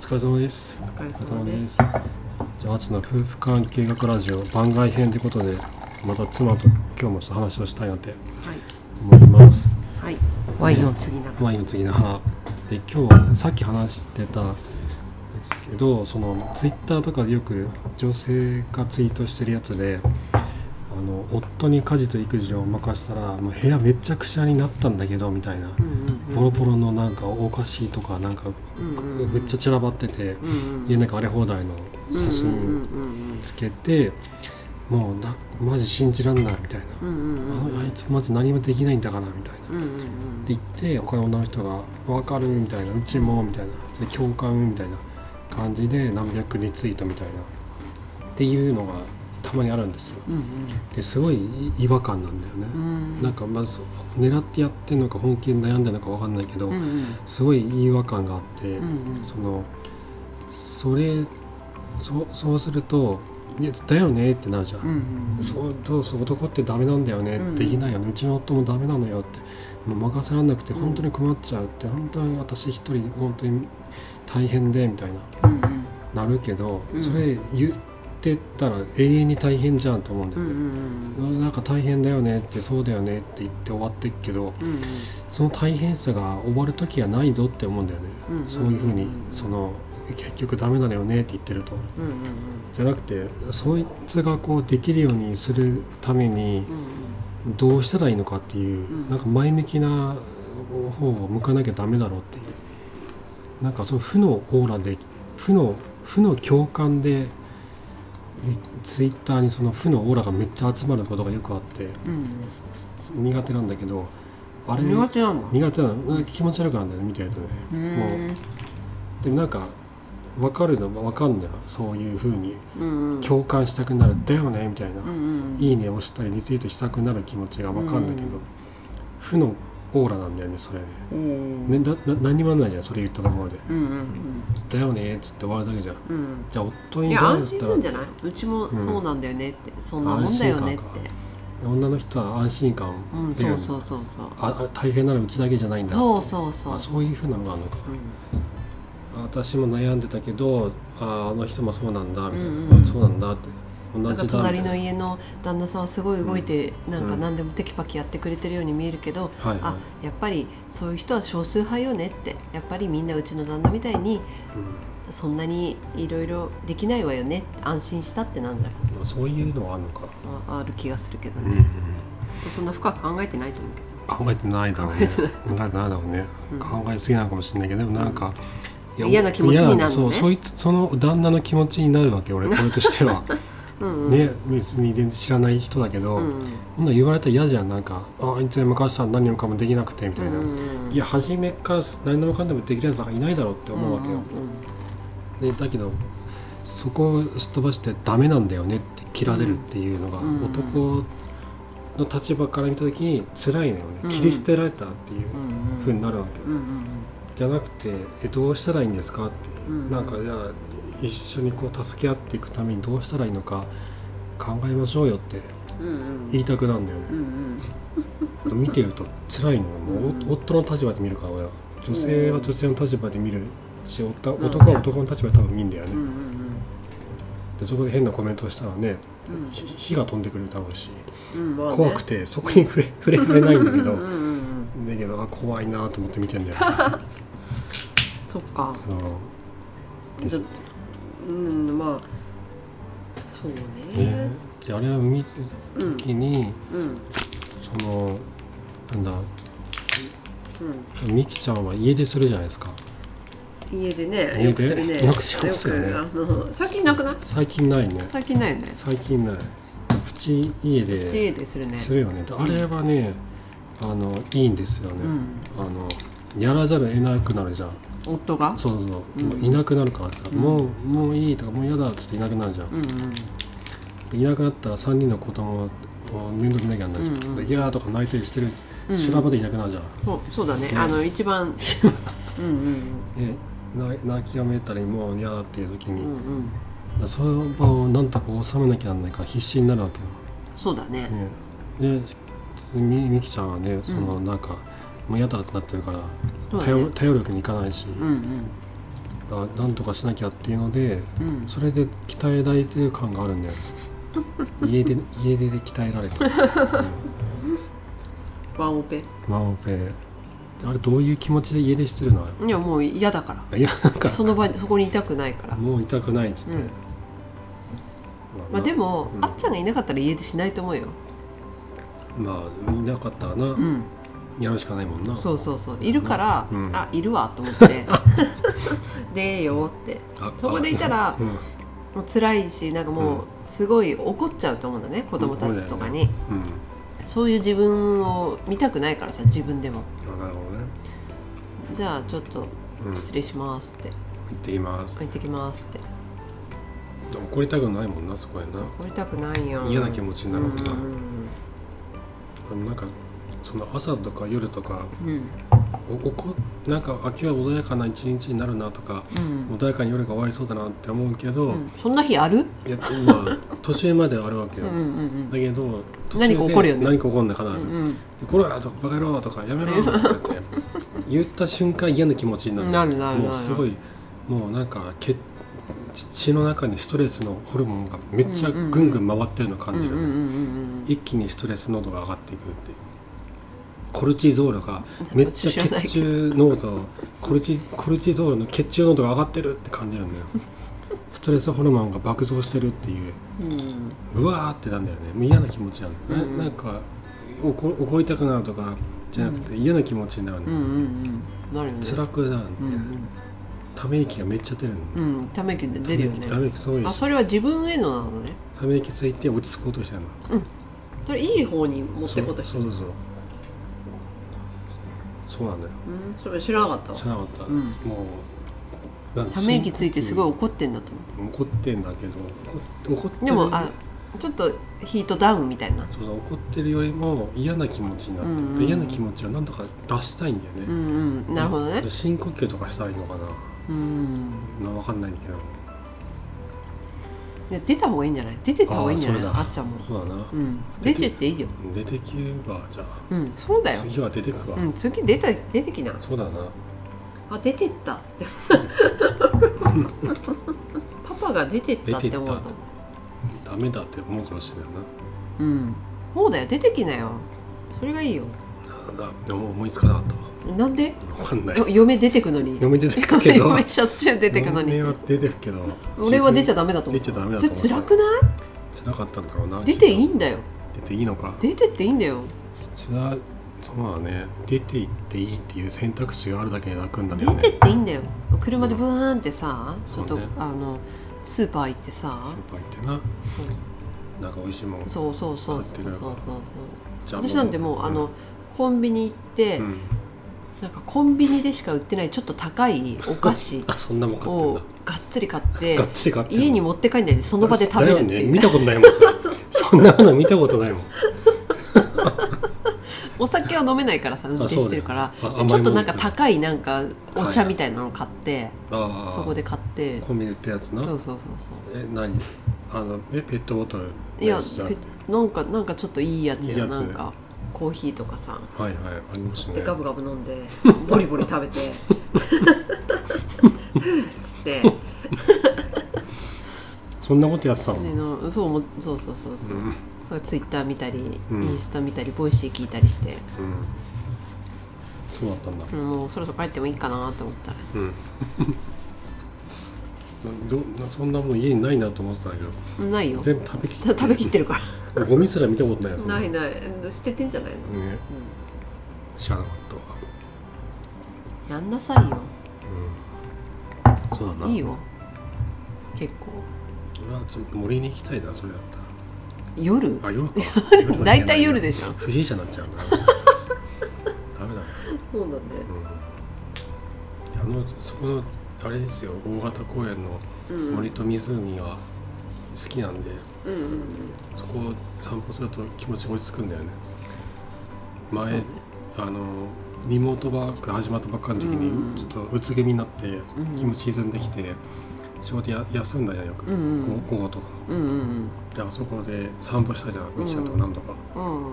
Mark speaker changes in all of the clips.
Speaker 1: 疲れ様です。
Speaker 2: お疲れ
Speaker 1: お疲れ
Speaker 2: 様
Speaker 1: 様
Speaker 2: で
Speaker 1: ですす。じゃあ、アツの夫婦関係学ラジオ番外編ということで、また妻と今日もちょっと話をしたいなって思います。
Speaker 2: はい、はい、ワインを継ぎながら、
Speaker 1: ワインの次の花。で、今日はさっき話してたんですけど、そのツイッターとかでよく女性がツイートしてるやつで、あの夫に家事と育児を任せたら、もう部屋めちゃくちゃになったんだけどみたいな。
Speaker 2: うんうんうん
Speaker 1: ポロポロのなんかお菓子とかなんか
Speaker 2: うんうんうん
Speaker 1: めっちゃ散らばってて
Speaker 2: うんうん
Speaker 1: 家の中荒れ放題の写
Speaker 2: うん
Speaker 1: 真
Speaker 2: うん
Speaker 1: つけてもうなマジ信じらんないみたいな
Speaker 2: うんうんうんうん
Speaker 1: ああいつマジ何もできないんだからみたいな
Speaker 2: うんうんう
Speaker 1: っ
Speaker 2: ん
Speaker 1: て言って他の女の人が「分かる」みたいな「うちも」みたいなで共感みたいな感じで何百リツイートみたいなっていうのがたまにあるんですよ
Speaker 2: うん
Speaker 1: ですごい違和感なんだよね、
Speaker 2: うん
Speaker 1: なんかまず狙ってやってんのか本気で悩んでるのか分かんないけど、
Speaker 2: うんうん
Speaker 1: すごい違和感があって、
Speaker 2: うんうん
Speaker 1: そのそれそそうすると「いやだよね」ってなるじゃん、
Speaker 2: うんうん
Speaker 1: そうどうそう男ってダメなんだよね、
Speaker 2: うん
Speaker 1: できないよねうちの夫もダメなのよってもう任せられなくて本当に困っちゃうって、本当に私一人本当に大変でみたい
Speaker 2: うんうん
Speaker 1: ななるけど、
Speaker 2: うん
Speaker 1: それ言ってたら永遠に大変じゃんと思うんだ
Speaker 2: う
Speaker 1: よ
Speaker 2: んう
Speaker 1: ね、
Speaker 2: ん
Speaker 1: なんか大変だよねってそうだよねって言って終わってっけど、
Speaker 2: うん
Speaker 1: その大変さが終わる時はないぞって思うんだよね、
Speaker 2: うんうんうん
Speaker 1: そういうふうにその結局ダメなのよねって言ってると
Speaker 2: うんうん
Speaker 1: じゃなくてそいつがこうできるようにするために
Speaker 2: うん
Speaker 1: どうしたらいいのかっていう、
Speaker 2: うん
Speaker 1: なんか前向きな方を向かなきゃダメだろうっていうなんかその負のオーラで負の負の共感でツイッターにその負のオーラがめっちゃ集まることがよくあって
Speaker 2: うん
Speaker 1: 苦手なんだけどあれ
Speaker 2: うん苦手なんだ
Speaker 1: 苦手なのなんか気持ち悪くなるんだよね見てるとね
Speaker 2: う
Speaker 1: も
Speaker 2: ん
Speaker 1: うでもなんか分かるの分かんだよそういうふうに
Speaker 2: うんうん
Speaker 1: 共感したくなる「だよね」みたいな「
Speaker 2: うんうん
Speaker 1: いいね」押したりリツイートしたくなる気持ちが分かるんだけど、
Speaker 2: うん
Speaker 1: 負のオーラなんだよねそれね
Speaker 2: おー
Speaker 1: ねだな何にもなんないじゃんそれ言ったところで
Speaker 2: うんうん
Speaker 1: 「だよね」っつって終わるだけじゃん
Speaker 2: うんうん
Speaker 1: じゃあ夫
Speaker 2: い
Speaker 1: に
Speaker 2: や
Speaker 1: 関
Speaker 2: 安
Speaker 1: し
Speaker 2: 心
Speaker 1: て
Speaker 2: す
Speaker 1: は
Speaker 2: るんじゃないうちもそうなんだよねってそんなもんだよねって
Speaker 1: 安心女の人は安心感
Speaker 2: うん
Speaker 1: 出る
Speaker 2: そう
Speaker 1: よね
Speaker 2: そうそうそう
Speaker 1: ああ大変なのうちだけじゃないんだ
Speaker 2: そうそうそう
Speaker 1: あそういうふうなのがあるのか
Speaker 2: うん
Speaker 1: 私も悩んでたけどああの人もそうなんだみたいな、
Speaker 2: うんうん
Speaker 1: あそうなんだって同
Speaker 2: なん
Speaker 1: じ
Speaker 2: か
Speaker 1: だ
Speaker 2: 隣
Speaker 1: み
Speaker 2: の
Speaker 1: たい
Speaker 2: 家の旦那さんはすごい動いて、なんか
Speaker 1: うん
Speaker 2: 何でもテキパキやってくれてるように見えるけど、
Speaker 1: なはいはい
Speaker 2: あやっぱりそういう人は少数派よねってやっぱりみんなうちの旦那みたいに
Speaker 1: うん
Speaker 2: そんなにいろいろできないわよね安心したってなんだろ
Speaker 1: まあ、そういうのはあるのか、
Speaker 2: うあある気がするけど
Speaker 1: うん
Speaker 2: ね、
Speaker 1: うん、
Speaker 2: そんな深く考えてないと思うけど
Speaker 1: 考えてないだろう ね考えてないだろうね、
Speaker 2: うん
Speaker 1: 考えすぎなのかもしれないけどでもなんか、いや
Speaker 2: 嫌な気持ちになるのね
Speaker 1: 嫌そうそいつその旦那の気持ちになるわけ俺これとしては
Speaker 2: うんうん、
Speaker 1: ね別に全然知らない人だけど、
Speaker 2: うん
Speaker 1: そんな言われたら嫌じゃんなんかああいつ昔さん何もかもできなくてみ
Speaker 2: う
Speaker 1: たい
Speaker 2: ん
Speaker 1: な、
Speaker 2: うん
Speaker 1: いや初めから何でもかんでもできるやつなんかいないだろうって思うわけよ、
Speaker 2: う
Speaker 1: ね、だけどそこをすっ飛ばしてダメなんだよねって切られるっていうのが、
Speaker 2: うんうん
Speaker 1: 男の立場から見た時に辛いのよね、
Speaker 2: うん
Speaker 1: 切り捨てられたっていうん
Speaker 2: うん
Speaker 1: ふうになるわけよ、
Speaker 2: うんうん
Speaker 1: じゃなくてえどうしたらいいんですかって、
Speaker 2: うん
Speaker 1: なんかじゃあ一緒にこう助け合っていくためにどうしたらいいのか考えましょうよって
Speaker 2: うんうん
Speaker 1: 言いたくなるんだよね
Speaker 2: う、ん
Speaker 1: あと見てると辛いのよもう、
Speaker 2: うん
Speaker 1: お夫の立場で見るから俺は女性は女性の立場で見るし夫
Speaker 2: うん
Speaker 1: 男は男の立場で多分見るんだよね、
Speaker 2: うんうんうん
Speaker 1: でそこで変なコメントをしたらね
Speaker 2: うん
Speaker 1: ひ火が飛んでくるだろうし
Speaker 2: うんまあね
Speaker 1: 怖くてそこに触れ 触れられないんだけど
Speaker 2: うんうんうん
Speaker 1: だけどあ怖いなと思って見てんだよ、
Speaker 2: そっか
Speaker 1: う
Speaker 2: じゃうんまあそうね
Speaker 1: んね、じゃああれを見る
Speaker 2: うん
Speaker 1: 時に
Speaker 2: うん
Speaker 1: そのなんだ
Speaker 2: うん
Speaker 1: みきちゃんは家出するじゃないですか
Speaker 2: 家でね
Speaker 1: 家
Speaker 2: よくす
Speaker 1: で
Speaker 2: るね
Speaker 1: よくしますよね
Speaker 2: くあの最近なくない
Speaker 1: 最近ないね
Speaker 2: 最近ないよね
Speaker 1: 最近ないプチ家
Speaker 2: うち
Speaker 1: です
Speaker 2: 家でするね
Speaker 1: るよねであれはねあのいいんですよね、
Speaker 2: うん
Speaker 1: あのやらざるを得なくなるじゃん
Speaker 2: 夫が
Speaker 1: そうそう、
Speaker 2: うん
Speaker 1: もういなくなるからさ、
Speaker 2: うん
Speaker 1: もうもういいとかもう嫌だっつっていなくなるじゃん
Speaker 2: うんうん
Speaker 1: いなくなったら3人の子供を面倒見なきゃなんないじゃん、
Speaker 2: うんうん
Speaker 1: でいやーとか泣いたりしてる
Speaker 2: うん
Speaker 1: 修羅場でいなくなるじゃん、
Speaker 2: そうそうだねあの一番 うんうん
Speaker 1: でな泣きやめたりもういやーっていう時
Speaker 2: うんう
Speaker 1: に、
Speaker 2: ん
Speaker 1: その場をなんとか収めなきゃなんないから必死になるわけよ、
Speaker 2: そうだね
Speaker 1: ね、でみみきちゃんはねその
Speaker 2: う
Speaker 1: なんか、もう嫌だってなってるから、
Speaker 2: そうだ
Speaker 1: 頼
Speaker 2: ね
Speaker 1: 頼るわけにいかないし、
Speaker 2: うんうん
Speaker 1: あなんとかしなきゃっていうので
Speaker 2: うん
Speaker 1: それで鍛えられてる感があるん だよ家で家でで鍛えられてる、
Speaker 2: ワンオペ
Speaker 1: うん、ワンオペあれどういう気持ちで家出してるの
Speaker 2: いやもう嫌だから
Speaker 1: いやなんか
Speaker 2: その場にそこにいたくないか ら
Speaker 1: もう痛くないっつって、
Speaker 2: うんまあでも、
Speaker 1: うん
Speaker 2: あっちゃんがいなかったら家出しないと思うよ
Speaker 1: まあいなかったらな、
Speaker 2: うん
Speaker 1: やるしかないもんな
Speaker 2: そうそうそういるから、
Speaker 1: うん
Speaker 2: あいるわと思って でーよーって
Speaker 1: あ
Speaker 2: そこでいた
Speaker 1: あ
Speaker 2: ら
Speaker 1: うん
Speaker 2: もう辛いしなんかもうすごい怒っちゃうと思うんだね子供たちとかに、そういう自分を見たくないからさ自分でも
Speaker 1: うんあなるほどね、
Speaker 2: じゃあちょっと
Speaker 1: うん、行
Speaker 2: 失礼しますって
Speaker 1: ってきます、
Speaker 2: 行ってきますって
Speaker 1: 怒りたくないもんなそこやな
Speaker 2: 怒りたくないよ
Speaker 1: 嫌な気持ちになるもんな
Speaker 2: うん
Speaker 1: でもなんかその朝とか夜とか
Speaker 2: うんうん
Speaker 1: おおこなんか秋は穏やかな一日になるなとか
Speaker 2: うん
Speaker 1: 穏やかに夜が終わりそうだなって思うけど、
Speaker 2: うんそんな日ある、
Speaker 1: いやまあ途中まではあるわけ
Speaker 2: うん
Speaker 1: よ、
Speaker 2: うんうん
Speaker 1: だけど途中で
Speaker 2: 何か起こるよね
Speaker 1: 何か起こるんだ必ず「
Speaker 2: う
Speaker 1: で
Speaker 2: ん
Speaker 1: こら!」とか「バカ野郎!」とか「やめろ!」とかって言った瞬間嫌な気持ちになる
Speaker 2: なるなるなる
Speaker 1: もうすごいもうなんか血血の中にストレスのホルモンがめっちゃぐんぐん回ってるの
Speaker 2: うんう
Speaker 1: 感
Speaker 2: ん
Speaker 1: じ
Speaker 2: うん
Speaker 1: る、
Speaker 2: うんうん
Speaker 1: 一気にストレス濃度が上がっていくっていうコルチゾールがめっちゃ血中濃度コルチコルチゾールの血中濃度が上がってるって感じるんだよストレスホルモンが爆増してるっていう
Speaker 2: うん
Speaker 1: うわーってなんだよねもう嫌な気持ちなんだよね、
Speaker 2: うん
Speaker 1: ななんか怒怒りたくなるとかじゃなくて嫌な気持ちになる
Speaker 2: うんう
Speaker 1: の、
Speaker 2: んうんなるよね
Speaker 1: 辛くなるんで、
Speaker 2: うん
Speaker 1: ため息がめっちゃ出るの、
Speaker 2: うんうんため息で出るよね
Speaker 1: ため息すごい
Speaker 2: あ
Speaker 1: し
Speaker 2: それは自分へのなのね
Speaker 1: ため息ついて落ち着こうとしてるの
Speaker 2: それいい方に持ってこうとし
Speaker 1: そ
Speaker 2: て
Speaker 1: う
Speaker 2: る
Speaker 1: そうそうそうなんだよ
Speaker 2: うんそれ知らなかったわ
Speaker 1: 知らなかった、
Speaker 2: うん
Speaker 1: もうなんか
Speaker 2: ため息ついてすごい怒ってんだと思って
Speaker 1: うん怒ってんだけど怒っ怒ってる
Speaker 2: でもあちょっとヒートダウンみたいな
Speaker 1: そうそう怒ってるよりも嫌な気持ちになって、
Speaker 2: うんうん
Speaker 1: 嫌な気持ちをなんとか出したいんだよね、
Speaker 2: うんうんなるほどね
Speaker 1: 深呼吸とかしたらいいのかな
Speaker 2: うん
Speaker 1: まあわかんないけど
Speaker 2: いや出た方がいいんじゃない出てった方がいいんじゃない
Speaker 1: あーそれだ
Speaker 2: あっちゃんも
Speaker 1: そうだな
Speaker 2: う、ん出てっていいよ
Speaker 1: 出てきればじゃあ
Speaker 2: うんそうだよ
Speaker 1: 次は出てくわ、
Speaker 2: うん次出た出てきな
Speaker 1: そうだな
Speaker 2: あ出てったって パパが出てったって思うと思
Speaker 1: ダメだって思うかもしれないう
Speaker 2: うんそうだよ出てきなよそれがいいよ
Speaker 1: ななんだでも思いつかなかった
Speaker 2: なんで
Speaker 1: わわかん ない
Speaker 2: よ嫁出てくのに
Speaker 1: 嫁出てくけど
Speaker 2: 嫁しょっちゅう出てくのに
Speaker 1: 嫁は出てくけど
Speaker 2: 俺は出ちゃ
Speaker 1: ダ
Speaker 2: ダメだと思う
Speaker 1: 出ちゃダメだと
Speaker 2: そ
Speaker 1: 思
Speaker 2: れ
Speaker 1: う
Speaker 2: 辛くない
Speaker 1: メ辛かったんだろうな
Speaker 2: 出ていいんだよ
Speaker 1: 出ていいのか
Speaker 2: 出てっていいんだよ
Speaker 1: それはそうだね出て行っていいっていう選択肢があるだけで楽になる
Speaker 2: 出
Speaker 1: よ
Speaker 2: てっ
Speaker 1: ね
Speaker 2: ていいんだよ車でブーンってさ、ちょっと、
Speaker 1: そうね
Speaker 2: あのスーパー行ってさ
Speaker 1: スーパー行ってななんか美味しいもん
Speaker 2: そうそうそう
Speaker 1: 買っ
Speaker 2: そ
Speaker 1: て
Speaker 2: う
Speaker 1: く
Speaker 2: そ
Speaker 1: れ
Speaker 2: う
Speaker 1: ば
Speaker 2: そう
Speaker 1: じゃあ
Speaker 2: 私なんてもうあの、コンビニ行って、
Speaker 1: うんうん
Speaker 2: なんかコンビニでしか売ってないちょっと高いお菓子
Speaker 1: あそんなもん買ってん
Speaker 2: を
Speaker 1: だ
Speaker 2: がっつり買っ て
Speaker 1: ガッチリ買ってんだ
Speaker 2: 家に持って帰んないでその場で食べるって
Speaker 1: だ
Speaker 2: い
Speaker 1: よ
Speaker 2: う、
Speaker 1: ね見たことないもんそ れそんなの見たことないもん
Speaker 2: お酒は飲めないからさ運転してるから
Speaker 1: そうだよあ
Speaker 2: でちょっとなんか
Speaker 1: 甘いもん
Speaker 2: 高いなんかお
Speaker 1: は
Speaker 2: 茶
Speaker 1: い
Speaker 2: みたいなの買って、
Speaker 1: ああ
Speaker 2: そこで買って
Speaker 1: コンビニ売ってるやつな、
Speaker 2: そうそうそう
Speaker 1: え何あのえペットボトルの
Speaker 2: そういや
Speaker 1: つじゃん
Speaker 2: ペなんかなんかちょっといいやつ
Speaker 1: いい
Speaker 2: や
Speaker 1: やつ
Speaker 2: なんかコーヒーとかさ
Speaker 1: はいはいあります
Speaker 2: で
Speaker 1: ね
Speaker 2: ガブガブ飲ん でボリボリ食べてつってで
Speaker 1: そんなことやってたの、
Speaker 2: のそうもそうそうそう
Speaker 1: う
Speaker 2: そ
Speaker 1: ん
Speaker 2: う、
Speaker 1: うん
Speaker 2: ツイッター見たり、
Speaker 1: うん
Speaker 2: インスタ見たりボイシー聞いたりして、
Speaker 1: そうだったんだ
Speaker 2: うんもうそろそろ帰ってもいいかなと思ったら
Speaker 1: うんなどなそん なもん家にないなと思ってたけど
Speaker 2: ないよ
Speaker 1: 全部食べきって
Speaker 2: 食べきってるか
Speaker 1: ゴミすら見たことないや
Speaker 2: ら
Speaker 1: つ
Speaker 2: ない
Speaker 1: ね
Speaker 2: ない捨ててんじゃないの、
Speaker 1: 知らなかったわ
Speaker 2: うん、やんなさいよ
Speaker 1: うんそうだない
Speaker 2: いよ結構
Speaker 1: 俺はちょっと森に行きたいなそれだっ
Speaker 2: 夜
Speaker 1: たらあ夜か
Speaker 2: 大体夜でしょ
Speaker 1: 不審者になっちゃうなダメだな
Speaker 2: そうなんだよ
Speaker 1: あのそこのあれですよ大型公園の
Speaker 2: うん
Speaker 1: 森と湖が好きなんで、
Speaker 2: うんうんうん
Speaker 1: そこを散歩すると気持ち落ち着くんだよね
Speaker 2: そう
Speaker 1: 前
Speaker 2: ね
Speaker 1: あのリモートワーク始まったばっかの時に、
Speaker 2: うん
Speaker 1: ちょっとうつ気味になって
Speaker 2: ん
Speaker 1: 気持ち沈んできて、仕事や休んだじゃんよく、
Speaker 2: うんうん
Speaker 1: 午午後とか
Speaker 2: うんうん
Speaker 1: であそこで散歩したじゃんみきちゃんとか何度か、
Speaker 2: うんうん
Speaker 1: あ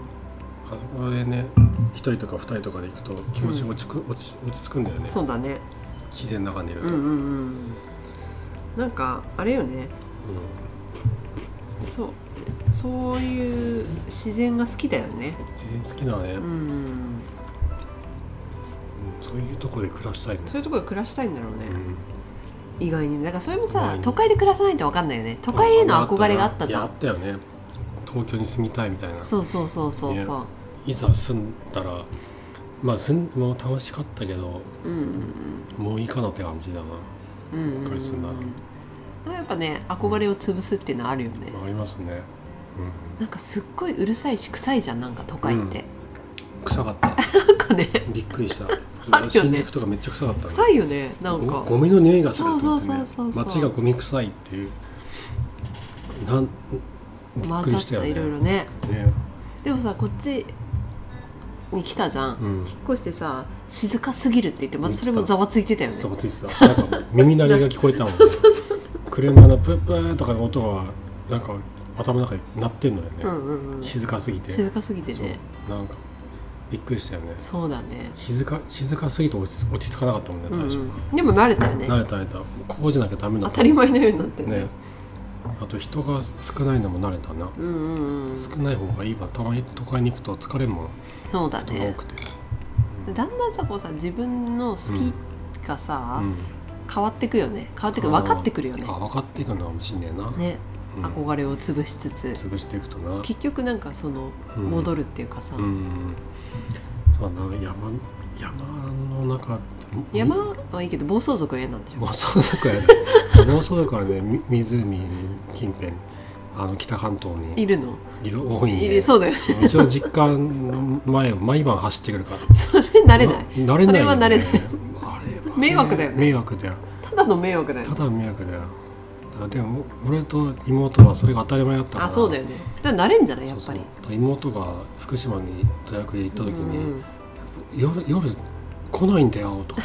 Speaker 1: そこでね一人とか二人とかで行くと気持ち落ちく、落ち落ち着くんだよね
Speaker 2: そうだね
Speaker 1: 自然の中にいる
Speaker 2: う
Speaker 1: と、
Speaker 2: ん
Speaker 1: う
Speaker 2: うんんうんなんかあれよねそうそういう自然が好きだよね
Speaker 1: 自然好きだね、
Speaker 2: う
Speaker 1: うん
Speaker 2: ん
Speaker 1: そういうとこで暮らしたいね
Speaker 2: そういうところで暮らしたいんだろうね、
Speaker 1: うん
Speaker 2: 意外にだからそれも
Speaker 1: 意
Speaker 2: さ
Speaker 1: 外に
Speaker 2: 都会で暮らさないと分かんないよね都会への憧れがあった
Speaker 1: い
Speaker 2: じ
Speaker 1: や
Speaker 2: ゃ
Speaker 1: あっ
Speaker 2: ん
Speaker 1: たよね東京に住みたいみたいな
Speaker 2: そうそうそうそうそう、
Speaker 1: いざ住んだらまあ住んもう楽しかったけど
Speaker 2: うん
Speaker 1: もういいかなって感じだな、
Speaker 2: うんうんうん
Speaker 1: こいつな
Speaker 2: うんやっぱね憧れを潰すっていうのはあるよね、
Speaker 1: ありますね、うん、
Speaker 2: なんかすっごいうるさいし臭いじゃんなんか都会って、
Speaker 1: 臭かった
Speaker 2: なんかね
Speaker 1: びっくりした、
Speaker 2: あるよね
Speaker 1: 新宿とかめっちゃ臭かったね
Speaker 2: 臭いよねなん
Speaker 1: ゴ
Speaker 2: か
Speaker 1: ゴミの匂いがすると思って
Speaker 2: そうそうそうそうそう
Speaker 1: 街がゴミ臭いっていうなんびっ
Speaker 2: 混
Speaker 1: くり
Speaker 2: ざっ
Speaker 1: したよ
Speaker 2: た
Speaker 1: ね
Speaker 2: いろいろね
Speaker 1: ね
Speaker 2: でもさこっちに来たじゃん、
Speaker 1: うん
Speaker 2: 引っ越してさ静かすぎるって言ってまたそれもざわついてたよね
Speaker 1: そうついてたなんか耳鳴りが聞こえたもん車のプープーとかの音がなんか頭の中に鳴ってんのよね、
Speaker 2: うんうんうん
Speaker 1: 静かすぎて
Speaker 2: 静かすぎて
Speaker 1: そう
Speaker 2: ね
Speaker 1: なんかびっくりしたよね
Speaker 2: そうだね
Speaker 1: 静か静かすぎて落ち落ち着かなかったもんね
Speaker 2: う
Speaker 1: 最
Speaker 2: ん
Speaker 1: 初、
Speaker 2: うん、でも慣れたよね
Speaker 1: 慣れた慣れたこうじゃなきゃダメだ
Speaker 2: 当
Speaker 1: った
Speaker 2: り前のようになって
Speaker 1: ねあと人が少ないのも慣れたな
Speaker 2: うんうんうん
Speaker 1: 少ない方がいいわたまに都会に行くと疲れるもん
Speaker 2: そうだ
Speaker 1: 人が多
Speaker 2: ね
Speaker 1: くて、
Speaker 2: だんだんさこうさ自分の好きがさ、
Speaker 1: うん、
Speaker 2: 変わってくよね変わってくる分かってくるよね
Speaker 1: あ分かっていくのかもしんねえな、
Speaker 2: ね、
Speaker 1: うん
Speaker 2: 憧れを潰しつつ
Speaker 1: 潰していくとな
Speaker 2: 結局なんかその
Speaker 1: うん
Speaker 2: 戻るっていうかさ、
Speaker 1: うんそうだな山山の中って
Speaker 2: 山はいいけど暴走族は嫌なんでしょ
Speaker 1: 妄想族 やね妄想族はねみ湖近辺あの北関東に
Speaker 2: いるの
Speaker 1: いる多いん
Speaker 2: い
Speaker 1: で
Speaker 2: るそうだよね
Speaker 1: うちの実家の前を毎晩走ってくる から
Speaker 2: それ慣れない
Speaker 1: な慣れないよね、
Speaker 2: それは慣れない
Speaker 1: あれはね
Speaker 2: 迷惑だよね
Speaker 1: 迷惑だよ
Speaker 2: ただの迷惑だよ
Speaker 1: た
Speaker 2: ね
Speaker 1: だの迷惑だよあでも俺と妹はそれが当たり前だったから
Speaker 2: あそうだよねじゃあ慣れんじゃないやっぱ
Speaker 1: そう
Speaker 2: り
Speaker 1: そう妹が福島に大学で行った時に、
Speaker 2: うんうん
Speaker 1: 夜夜来ないんだよとか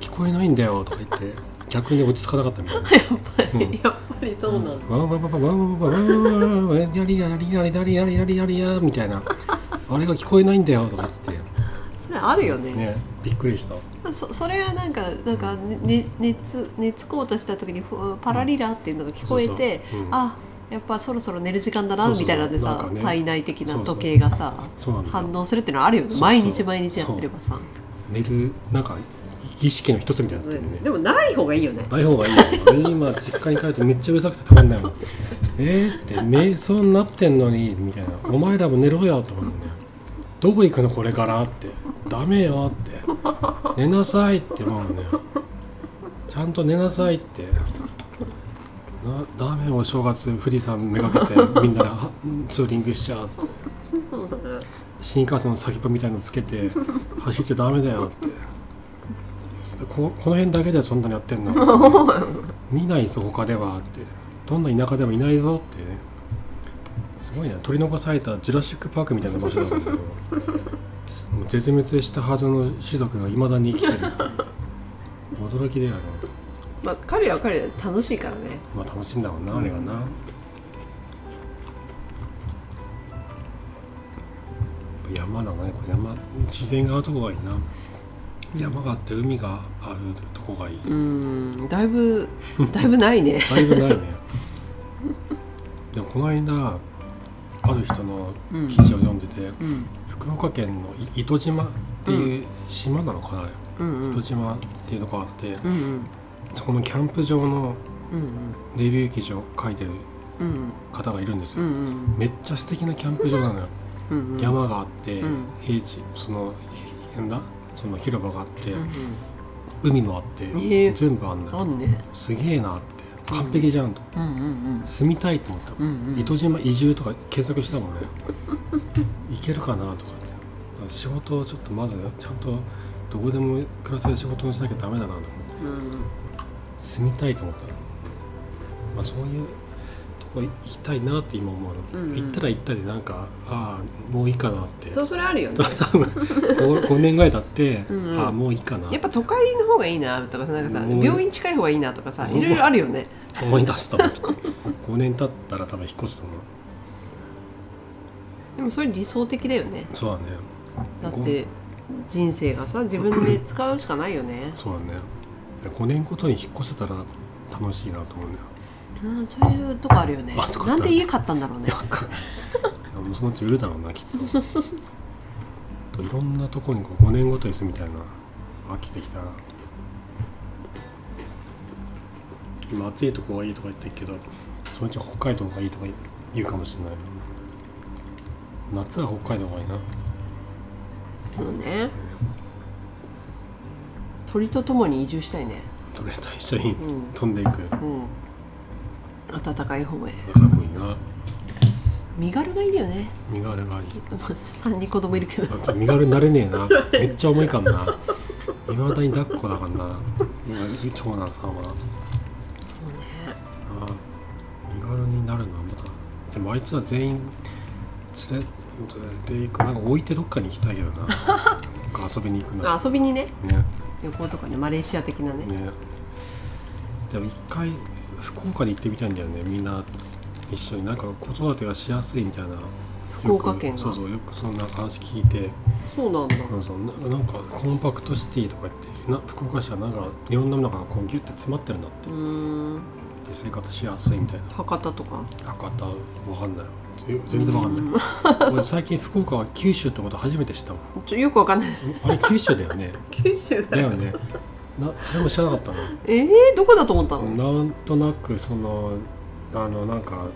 Speaker 1: 聞こえないんだよとか言って逆に落ち着かなかったみたいな。
Speaker 2: やっぱりやっぱりそうなんだ、
Speaker 1: わわわわわわわわわわやりやりやりやりやりやりやりやみたいなあれが聞こえないんだよとか言っ
Speaker 2: それあるよね
Speaker 1: てねびっくりした
Speaker 2: そそれはなんかなんか、ねね、熱熱こうとした時にふわパラリラっていうのが聞こえて、
Speaker 1: そうそううん
Speaker 2: あやっぱそろそろ寝る時間だな
Speaker 1: そうそう
Speaker 2: みたいなんでさ
Speaker 1: なんかね
Speaker 2: 体内的な時計がさ
Speaker 1: そうなんだ
Speaker 2: 反応するっていうのはあるよね
Speaker 1: そうそう
Speaker 2: 毎日毎日やってればさ、
Speaker 1: 寝るなんか儀式の一つみたいになってるね
Speaker 2: もない方がいいよね
Speaker 1: 台本がいいよ俺今実家に帰るとめっちゃうるさくてたまんないもんえーって瞑想になってんのにみたいなお前らも寝ろよと思うねどこ行くのこれからってダメよって寝なさいって思うねちゃんと寝なさいってなダメお正月富士山めがけてみんなではツーリングしちゃうって新幹線の先っぽみたいのつけて走っちゃダメだよってここの辺だけでそんなにやってんの見ないぞ他ではってどんな田舎でもいないぞってねすごいな取り残されたジュラシック・パークみたいな場所だもんねすもう絶滅したはずの種族がいまだに生きてる驚きだよね
Speaker 2: まあ、彼らは彼らで楽しいからね
Speaker 1: まあ楽しいんだろうなあれがなやっぱ山だなやっぱ山自然があるとこがいいな山があって海があるとこがいい
Speaker 2: うんだいぶだいぶないね
Speaker 1: だいぶないねでもこの間ある人の記事を読んでて、
Speaker 2: うん
Speaker 1: 福岡県のい糸島っていう島なのかな、
Speaker 2: うんうん
Speaker 1: 糸島っていうのがあって、
Speaker 2: うんうん
Speaker 1: そこのキャンプ場の
Speaker 2: うん
Speaker 1: レビュー記事を書いてる
Speaker 2: うん
Speaker 1: 方がいるんです
Speaker 2: うんう
Speaker 1: よ、
Speaker 2: ん
Speaker 1: めっちゃ素敵なキャンプ場なのよ、
Speaker 2: うんうん
Speaker 1: 山があって、
Speaker 2: うん
Speaker 1: 平地そのひなんだその広場があって、
Speaker 2: うん
Speaker 1: 海もあって、
Speaker 2: ええ
Speaker 1: 全部あんの
Speaker 2: うんあ
Speaker 1: よ
Speaker 2: んね
Speaker 1: すげえなって完璧じゃんと、
Speaker 2: うんうん
Speaker 1: 住みたいと思ったもん
Speaker 2: うんうんうん
Speaker 1: 糸島移住とか検索したもんね行けるかなとかってだから仕事をちょっとまずちゃんとどこでも暮らせる仕事にしなきゃダメだなと思って
Speaker 2: うん
Speaker 1: 住みたいと思ったの、まあ、そういうとこ行きたいなって今思うの、
Speaker 2: うんうん
Speaker 1: 行ったら行ったでなんかああもういいかなって
Speaker 2: そうそれあるよね
Speaker 1: 多分 5, 5年ぐらい経って
Speaker 2: うんうん
Speaker 1: ああもういいかな
Speaker 2: やっぱ都会の方がいいなとかさなんかさ
Speaker 1: うん
Speaker 2: 病院近い方がいいなとかさ
Speaker 1: うん
Speaker 2: いろいろあるよね
Speaker 1: 思い出したもん5年経ったら多分引っ越すと思う
Speaker 2: でもそれ理想的だよね
Speaker 1: そうだね
Speaker 2: だって人生がさ自分で使うしかないよね
Speaker 1: そうだね5年ごとに引っ越せたら楽しいなと思うんだよ
Speaker 2: うんそういうとこあるよね
Speaker 1: あそこ
Speaker 2: なんで家買ったんだろうね
Speaker 1: わかんないいやもうそのうち売るだろうなきっとといろんなとこにこう5年ごとに住みたいな飽きてきたな今暑いとこがいいとか言ってるけどそのうち北海道がいいとか言うかもしれないな夏は北海道がいいな
Speaker 2: そうね鳥とともに移住したいね
Speaker 1: それと一緒に
Speaker 2: うん
Speaker 1: 飛んでいく
Speaker 2: うん暖かい方へ
Speaker 1: 仲もいいな
Speaker 2: 身軽がいいよね
Speaker 1: 身軽がいい
Speaker 2: 3人子供いるけど
Speaker 1: あと身軽になれねえなめっちゃ重いかんないまだに抱っこだからな今長男さんは
Speaker 2: そうね
Speaker 1: あ身軽になるのはまたでもあいつは全員連れ連れて行くなんか置いてどっかに行きたいけどななんか遊びに行くな
Speaker 2: あ遊びにね
Speaker 1: ね
Speaker 2: 旅行とかねマレーシア的なね
Speaker 1: ねでも一回福岡に行ってみたいんだよねみんな一緒になんか子育てがしやすいみたいな
Speaker 2: 福岡県が
Speaker 1: よくそうそうよくそんな話聞いて
Speaker 2: そうなんだ
Speaker 1: そうそうななんかコンパクトシティとか言ってな福岡市はなんかいろんなものがこうギュッて詰まってるんだって
Speaker 2: う、ーん
Speaker 1: で生活しやすいみたいな
Speaker 2: 博多とか
Speaker 1: 博多わかんないえ全然わかんない俺最近福岡は九州ってこと初めて知ったもん
Speaker 2: うん ちょよくわかんない
Speaker 1: あれ九州だよね
Speaker 2: 九州だ
Speaker 1: だ
Speaker 2: よ
Speaker 1: よねなそれも知らなかった
Speaker 2: えー、どこだと思ったの、
Speaker 1: のなんとなくそのあのなんか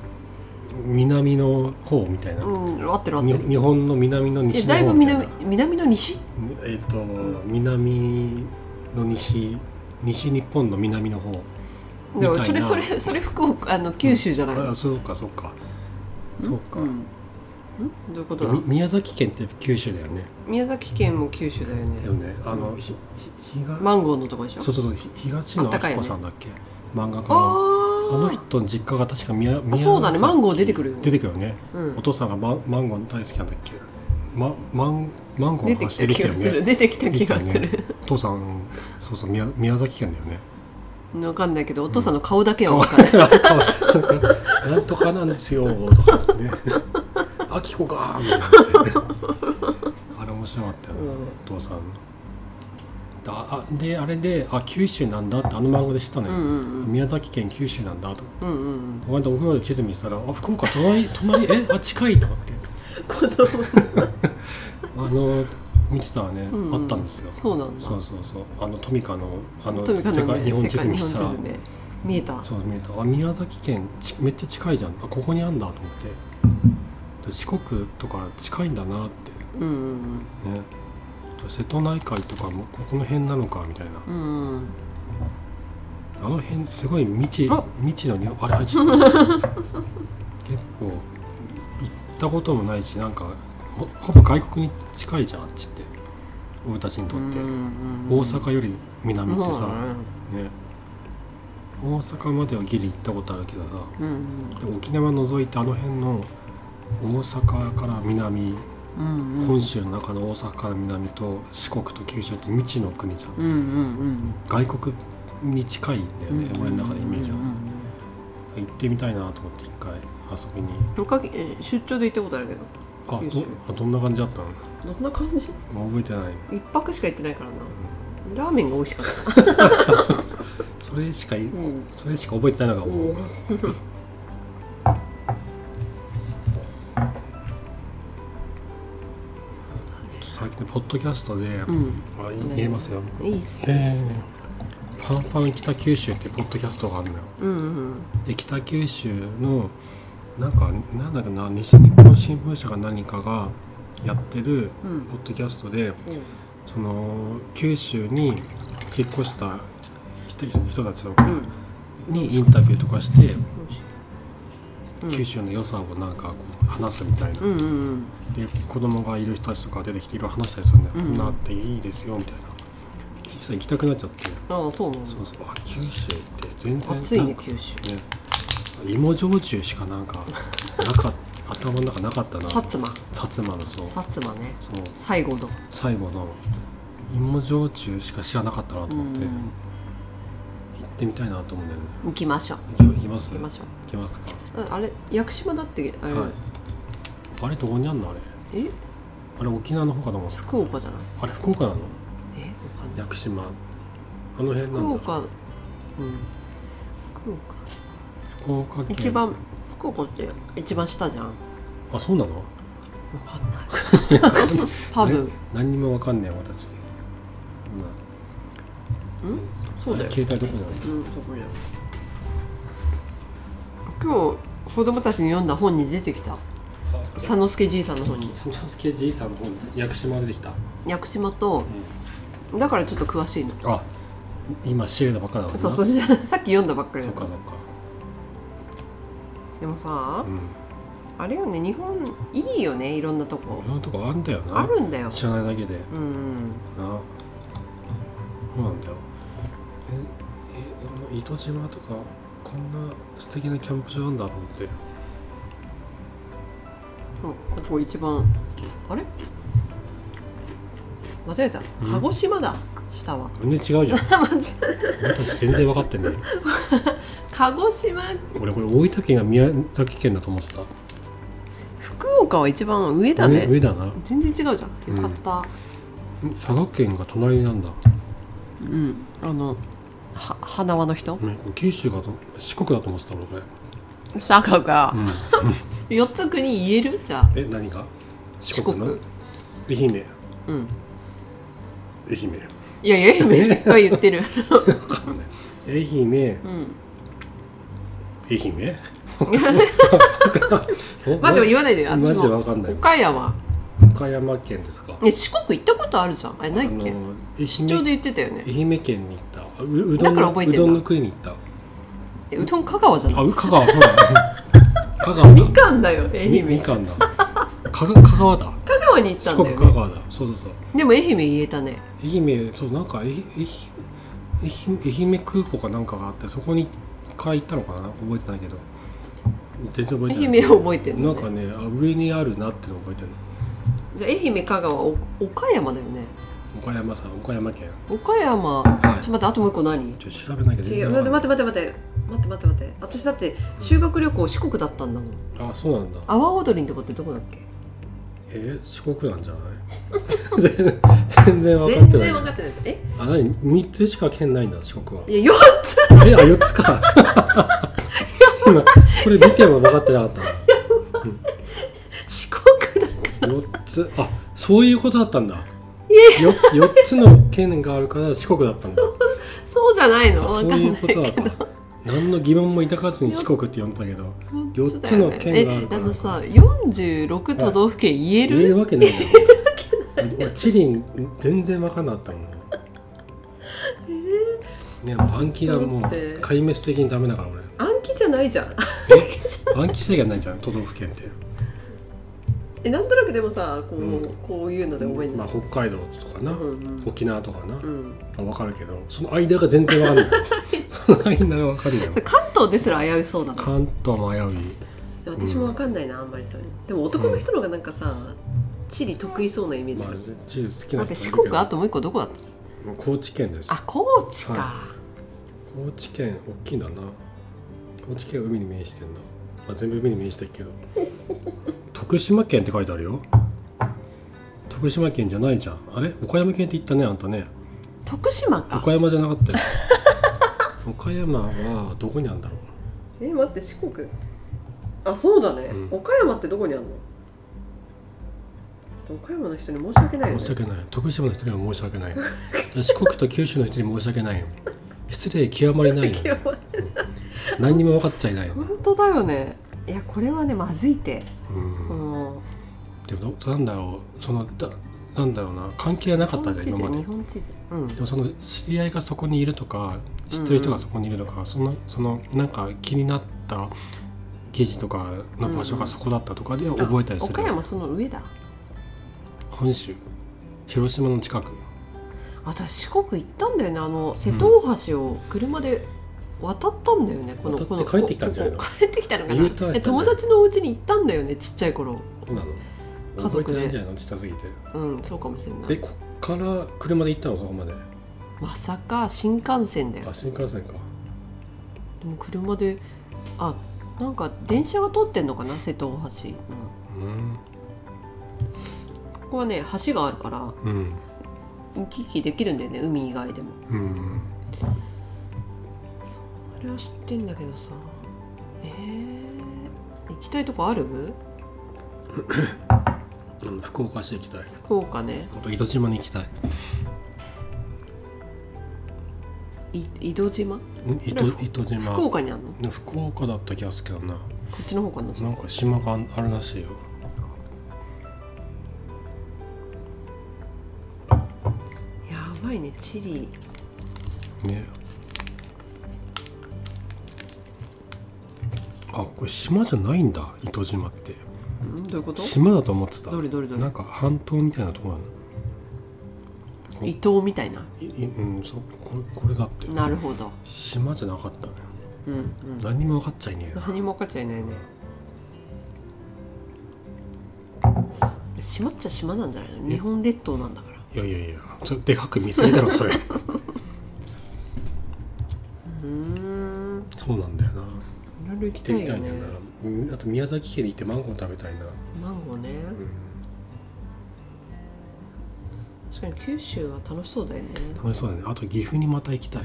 Speaker 1: 南の方みたいな、
Speaker 2: うん、合ってる合っ
Speaker 1: に
Speaker 2: てる。
Speaker 1: 日本の南の
Speaker 2: え、
Speaker 1: 西の
Speaker 2: だい
Speaker 1: 方
Speaker 2: ぶ
Speaker 1: みたいな
Speaker 2: 南、南の西。
Speaker 1: えっ、と南の西西日本の南の方みたいな
Speaker 2: それ、それ、それ福岡、あの九州じゃないの。
Speaker 1: あそうかそうかそうか、
Speaker 2: うん。んどういうことだ
Speaker 1: み。宮崎県って九州だよね
Speaker 2: 宮崎県も九州だよ
Speaker 1: だよ
Speaker 2: ね。
Speaker 1: ねあのひひ東
Speaker 2: マンゴーのとこでしょ
Speaker 1: そうそうそうひ東野
Speaker 2: あったかい
Speaker 1: 明子
Speaker 2: よね
Speaker 1: さんだっけ、漫画家のあの
Speaker 2: あ
Speaker 1: 人の実家が確か宮宮
Speaker 2: そうだねマンゴー出てくるよね
Speaker 1: 出てくるよね、
Speaker 2: あ。うん
Speaker 1: お。父さんがマンマンゴー大好きなんだっけまマンマンゴー
Speaker 2: 出
Speaker 1: の
Speaker 2: てき
Speaker 1: 話出て
Speaker 2: た
Speaker 1: きた
Speaker 2: 気
Speaker 1: よ
Speaker 2: がする。
Speaker 1: ね
Speaker 2: 出てきた気がす
Speaker 1: 出てき
Speaker 2: る。
Speaker 1: お父さんそうそう宮宮崎県だよね
Speaker 2: わかんないけど、お父さんの顔だけはわ かんない。
Speaker 1: なんとかなんですよとか ね「あきこか」みたいなあれ面白かったよね、
Speaker 2: うん
Speaker 1: お父さんだあであれであ九州なんだってあの漫画で知ったの
Speaker 2: う
Speaker 1: よ、
Speaker 2: んうん
Speaker 1: 宮崎県九州なんだと
Speaker 2: うん。うんうんうん。
Speaker 1: お前とお風呂で地図見せたら「あ福岡隣 隣えあ近い」とかって
Speaker 2: 子供。
Speaker 1: あの見てたらね、
Speaker 2: うんうん
Speaker 1: あったんですよ
Speaker 2: そうなんだ。
Speaker 1: そうそうそうあのトミカのあの
Speaker 2: とにかく
Speaker 1: 世
Speaker 2: ね
Speaker 1: 界日本地図
Speaker 2: 世界
Speaker 1: 見
Speaker 2: 日
Speaker 1: せた
Speaker 2: 本
Speaker 1: ら
Speaker 2: 地図ね。見えた。
Speaker 1: そう見えたあ宮崎県ちめっちゃ近いじゃんあここにあんだと思ってで四国とか近いんだなって
Speaker 2: うんうん
Speaker 1: ねと瀬戸内海とかもここの辺なのかみたいな
Speaker 2: うん。うんうん。
Speaker 1: あの辺すごい未知
Speaker 2: あ
Speaker 1: 未知のにあれ入っ ちゃった結構行ったこともないしなんかほほぼ外国に近いじゃんあっちって俺たちにとって、大阪より南ってさ、ね大阪まではギリ行ったことあるけどさ
Speaker 2: うん
Speaker 1: で沖縄除いてあの辺の大阪から南、
Speaker 2: うんうん
Speaker 1: 本州の中の大阪から南と四国と九州って未知の国じゃん
Speaker 2: うんうん
Speaker 1: 外国に近いんだよ
Speaker 2: うん
Speaker 1: ね、俺の中でイメージは、行ってみたいなと思って一回遊びに
Speaker 2: 他え出張で行ったことあるけど
Speaker 1: あ
Speaker 2: 九州
Speaker 1: どあどんな感じだったの
Speaker 2: どんな感じ
Speaker 1: もう覚えてない
Speaker 2: 一泊しか行ってないからなラーメンが美味しかっ
Speaker 1: それしかい、
Speaker 2: ん
Speaker 1: それしか覚えてないのがもう、
Speaker 2: うん
Speaker 1: あと最近ポッドキャストで、
Speaker 2: たうん
Speaker 1: あい言えますよ、
Speaker 2: いいっす
Speaker 1: えー、ファンファン北九州ってポッドキャストがあるのよ
Speaker 2: うんうん
Speaker 1: で北九州のなんかなんだろうな西日本新聞社か何かがやってる
Speaker 2: うん
Speaker 1: ポッドキャストでその九州に引っ越した人人たちとかにインタビューとかして、
Speaker 2: うん
Speaker 1: 九州の良さをなんかこう話すみたいな、
Speaker 2: うんうんうん
Speaker 1: で子供がいる人たちとか出てきていろいろ話したりするんだよ、
Speaker 2: うん
Speaker 1: こんなあっていいですよみたいな実際行きたくなっちゃって
Speaker 2: ああそうなん
Speaker 1: そうそうあ九州って全然
Speaker 2: 暑い
Speaker 1: な
Speaker 2: ね
Speaker 1: んか
Speaker 2: 九州
Speaker 1: ね芋焼酎しかなんかなかっ頭の中なかったな
Speaker 2: 薩摩
Speaker 1: 薩摩のそう
Speaker 2: 薩摩ね
Speaker 1: そう
Speaker 2: 西郷ど
Speaker 1: 最後の芋焼酎しか知らなかったなと思って、行ってみたいなと思うんだよね
Speaker 2: 行きましょう
Speaker 1: 行き行きます
Speaker 2: 行きましょ
Speaker 1: 行きますか、
Speaker 2: うあれ屋久島だってあれ
Speaker 1: はいあれどこにあんのあれ
Speaker 2: え
Speaker 1: あれ沖縄の方かと思うんですよ
Speaker 2: 福岡じゃない
Speaker 1: あれ福岡なの
Speaker 2: えわかんない
Speaker 1: 屋久島あの辺なんだ
Speaker 2: 福岡、うん、福岡
Speaker 1: 福岡県
Speaker 2: 一番福岡って一番下じゃんわ
Speaker 1: あそうなの
Speaker 2: かんない 多分
Speaker 1: 何何にもわかんねえ私、
Speaker 2: そうだよ
Speaker 1: 携帯どこにある
Speaker 2: うんそこにある今日子供たちに読んだ本に出てきた佐之助じいさんの本に
Speaker 1: 佐之助じいさんの方に屋久島出てきた、
Speaker 2: 屋久島とだからちょっと詳しいの
Speaker 1: あ今仕入れたばっかだからな
Speaker 2: そうそうさっき読んだばっかり
Speaker 1: そっ
Speaker 2: だ
Speaker 1: かそっか
Speaker 2: でもさ
Speaker 1: うん
Speaker 2: あれよね日本いいよねいろんなとこ
Speaker 1: いろんなとこあんだよな
Speaker 2: あるんだよ
Speaker 1: 知らないだけで
Speaker 2: うん
Speaker 1: なそうなんだよええ糸島とかこんな素敵なキャンプ場なんだと思って
Speaker 2: そうここ一番あれ間違えた
Speaker 1: ん
Speaker 2: 鹿児島だ下は
Speaker 1: 全然違う じゃん
Speaker 2: 間違え
Speaker 1: 俺たち全然分かってない
Speaker 2: 鹿児島
Speaker 1: 俺これ大分県が宮崎県だと思ってた
Speaker 2: 福岡は一番上だね
Speaker 1: 上上だな
Speaker 2: 全然違うじゃんよかった
Speaker 1: 佐賀県が隣なんだ、ね、
Speaker 2: うん、あのは花輪の人
Speaker 1: これ九州かと四国だと思ってた俺これ、
Speaker 2: 佐賀が
Speaker 1: うん、
Speaker 2: 4つ国言えるじゃあ
Speaker 1: え何が四
Speaker 2: 四
Speaker 1: 国
Speaker 2: 国
Speaker 1: の愛媛
Speaker 2: うん
Speaker 1: 愛媛
Speaker 2: いやいや愛媛は言っ てる
Speaker 1: 分かんない愛媛
Speaker 2: うん
Speaker 1: 愛媛
Speaker 2: まあでも言わないでよあっち
Speaker 1: マジで
Speaker 2: も
Speaker 1: 分かんない
Speaker 2: 岡山
Speaker 1: 岡山県ですか
Speaker 2: ね四国行ったことあるじゃんあれないっけ
Speaker 1: あの
Speaker 2: 出
Speaker 1: 愛
Speaker 2: 張
Speaker 1: 媛
Speaker 2: で言ってたよね
Speaker 1: 愛媛県に行ったあううどん
Speaker 2: だから
Speaker 1: の
Speaker 2: 覚え
Speaker 1: う
Speaker 2: てんだ
Speaker 1: どんの食いに行った
Speaker 2: えうどん香川じゃな
Speaker 1: あ
Speaker 2: いう
Speaker 1: 香川 そうだ、ね、香川だ
Speaker 2: みかんだよ愛
Speaker 1: みみ
Speaker 2: 媛
Speaker 1: かんだ香川香川だ
Speaker 2: 香川に行った
Speaker 1: 四
Speaker 2: んだ
Speaker 1: 国
Speaker 2: よ、
Speaker 1: 香
Speaker 2: ね、
Speaker 1: 川だそうそうそう
Speaker 2: でも愛媛言えたね
Speaker 1: 愛媛そうなんか愛媛愛媛愛媛空港かなんかがあってそこにか行ったのかな覚えてないけど全然覚えて
Speaker 2: 愛
Speaker 1: ない
Speaker 2: 媛を覚えてる
Speaker 1: な
Speaker 2: の、
Speaker 1: ん
Speaker 2: ね、
Speaker 1: かねあ上にあるなっての覚えてる
Speaker 2: じゃあ愛媛香川お岡山だよね
Speaker 1: 岡山さん岡山県
Speaker 2: 岡
Speaker 1: は
Speaker 2: 山、
Speaker 1: い
Speaker 2: ちょっと待ってあともう一個何
Speaker 1: ちょっと調べなきゃ
Speaker 2: 違
Speaker 1: 全然
Speaker 2: う待
Speaker 1: わか
Speaker 2: って
Speaker 1: んない
Speaker 2: 待って待って待って待って待って私だって修学旅行四国だったんだもん
Speaker 1: あそうなんだ
Speaker 2: 阿波踊りのとこってどこだっけ
Speaker 1: えー四国なんじゃない 全然全然分かって
Speaker 2: 全
Speaker 1: ない
Speaker 2: 然分かってないですえ
Speaker 1: あ何三つしか県ないんだ四国はい
Speaker 2: や四つ
Speaker 1: えあ四つか今これ見ても分かってなかった
Speaker 2: 四国だ
Speaker 1: 四つあそういうことだったんだよ四つの県があるから四国だったんだ
Speaker 2: そうじゃない
Speaker 1: あ
Speaker 2: の
Speaker 1: そ
Speaker 2: 分
Speaker 1: う
Speaker 2: かん
Speaker 1: いう
Speaker 2: ない
Speaker 1: こ
Speaker 2: け
Speaker 1: と
Speaker 2: ど
Speaker 1: だった何の疑問も抱かずに四国って呼んでたけど
Speaker 2: 四
Speaker 1: 四つの県がある
Speaker 2: え
Speaker 1: から
Speaker 2: あのさ46都道府県言え
Speaker 1: 言え
Speaker 2: る、
Speaker 1: るわけないじゃんチリン全然分かんなかったもんね暗記がもう
Speaker 2: だって
Speaker 1: 壊滅的にダメだから俺
Speaker 2: 暗記じゃないじゃん
Speaker 1: え暗記制限ないじゃん都道府県って
Speaker 2: えなんとなくでもさこう,、
Speaker 1: うん
Speaker 2: こういうので覚えて
Speaker 1: ま
Speaker 2: な
Speaker 1: あ
Speaker 2: い、
Speaker 1: 北海道とかな、
Speaker 2: うんうん
Speaker 1: 沖縄とかな、
Speaker 2: うん、
Speaker 1: あ分かるけどその間が全然 分かんないその間が分かんない
Speaker 2: それ関東ですら危うそうだな
Speaker 1: 関東も危うい
Speaker 2: 私も分かんないなあんまりそういうのでも男の人の方がなんかさ、地理得意そうなイメージ
Speaker 1: まあ
Speaker 2: ある、
Speaker 1: チーズ好き
Speaker 2: 待
Speaker 1: な
Speaker 2: って四
Speaker 1: 人
Speaker 2: 国あ
Speaker 1: と
Speaker 2: ともう一個どこだった
Speaker 1: 高知県です
Speaker 2: あ高知か、
Speaker 1: は高知県大きいんだな高知県は海に面してんだ、まあ、全部海に面してる けど徳島県って書いてあるよ徳島県じゃないじゃんあれ岡山県って言ったねあんたね
Speaker 2: 徳島か
Speaker 1: 岡山じゃなかったよ 岡山はどこにあるんだろう
Speaker 2: え待って四国あそうだね、
Speaker 1: うん
Speaker 2: 岡山ってどこにあるのちょっと岡山の人に申し訳ないよね
Speaker 1: 申し訳ない徳島の人には申し訳ない四国と九州の人に申し訳ない失礼極まりないよ
Speaker 2: やばい
Speaker 1: 何にも分かっちゃいないよ、
Speaker 2: 本当だよねいやこれはねまずいて
Speaker 1: うん
Speaker 2: うん
Speaker 1: でもどなんだろうそのだなんだろうな関係なかったじゃん
Speaker 2: 日
Speaker 1: 今ま
Speaker 2: 本地
Speaker 1: で
Speaker 2: 図日本地図うん
Speaker 1: でもその知り合いがそこにいるとか知ってる人がそこにいるとか、そのそのなんか気になった記事とかの場所がそこだったとかで覚えたりする、
Speaker 2: 岡山その上だ
Speaker 1: 本州広島の近く
Speaker 2: 私四国行ったんだよねあの瀬戸大橋を車で渡ったんだよね、この
Speaker 1: 渡って
Speaker 2: この
Speaker 1: 帰ってきたんじゃないの
Speaker 2: ここ帰ってきたのか
Speaker 1: U ターンしたんじゃ
Speaker 2: な
Speaker 1: ない
Speaker 2: え友達のお家に行ったんだよねちっちゃい頃
Speaker 1: どうなの
Speaker 2: 家族
Speaker 1: 覚え
Speaker 2: で
Speaker 1: てないんじゃないのちっちゃすぎて
Speaker 2: うんそうかもしれな
Speaker 1: で
Speaker 2: い
Speaker 1: こっから車で行ったのそこまであ
Speaker 2: まさか新幹線だよ
Speaker 1: 新幹線か
Speaker 2: でも車であなんか電車が通ってんのかな瀬戸大橋の
Speaker 1: うん
Speaker 2: ここはね橋があるから
Speaker 1: うん
Speaker 2: 行き来できるんだよね海以外でも
Speaker 1: うん
Speaker 2: それは知ってんだけどさえー、行きたいとこある
Speaker 1: あの福岡市行きたい
Speaker 2: 福岡ね
Speaker 1: あと糸島に行きたい
Speaker 2: い井戸島
Speaker 1: ん糸糸島
Speaker 2: 福岡にあんのこ
Speaker 1: 福岡だった気がするけどな
Speaker 2: っちの方かな
Speaker 1: なんか島があるらしいよ
Speaker 2: やばいねチリ
Speaker 1: ねあこれ島じゃないんだ糸島って
Speaker 2: んどういうこと
Speaker 1: 島だと思ってた
Speaker 2: どれどれどれ
Speaker 1: なんか半島みたいなとこなの
Speaker 2: 伊藤みたいない
Speaker 1: いうんそうこれこれだって
Speaker 2: なるほど
Speaker 1: 島じゃなかったね
Speaker 2: うんうん
Speaker 1: 何も分かっちゃいねえな
Speaker 2: 何も分かっちゃいないね島っちゃ島なんじゃないの日本列島なんだから
Speaker 1: いやいやいやちょでかく見過ぎだろ それ
Speaker 2: うーん
Speaker 1: そうなんだよない
Speaker 2: ろいろ行
Speaker 1: 来
Speaker 2: きた
Speaker 1: てみ
Speaker 2: い
Speaker 1: た
Speaker 2: よ
Speaker 1: いんだ
Speaker 2: ね
Speaker 1: よな、うんあと宮崎県に行ってマンゴー食べたいな
Speaker 2: マンゴーね
Speaker 1: うん
Speaker 2: 確かに九州は楽しそうだよね
Speaker 1: 楽しそうだねあと岐阜にまた行きたい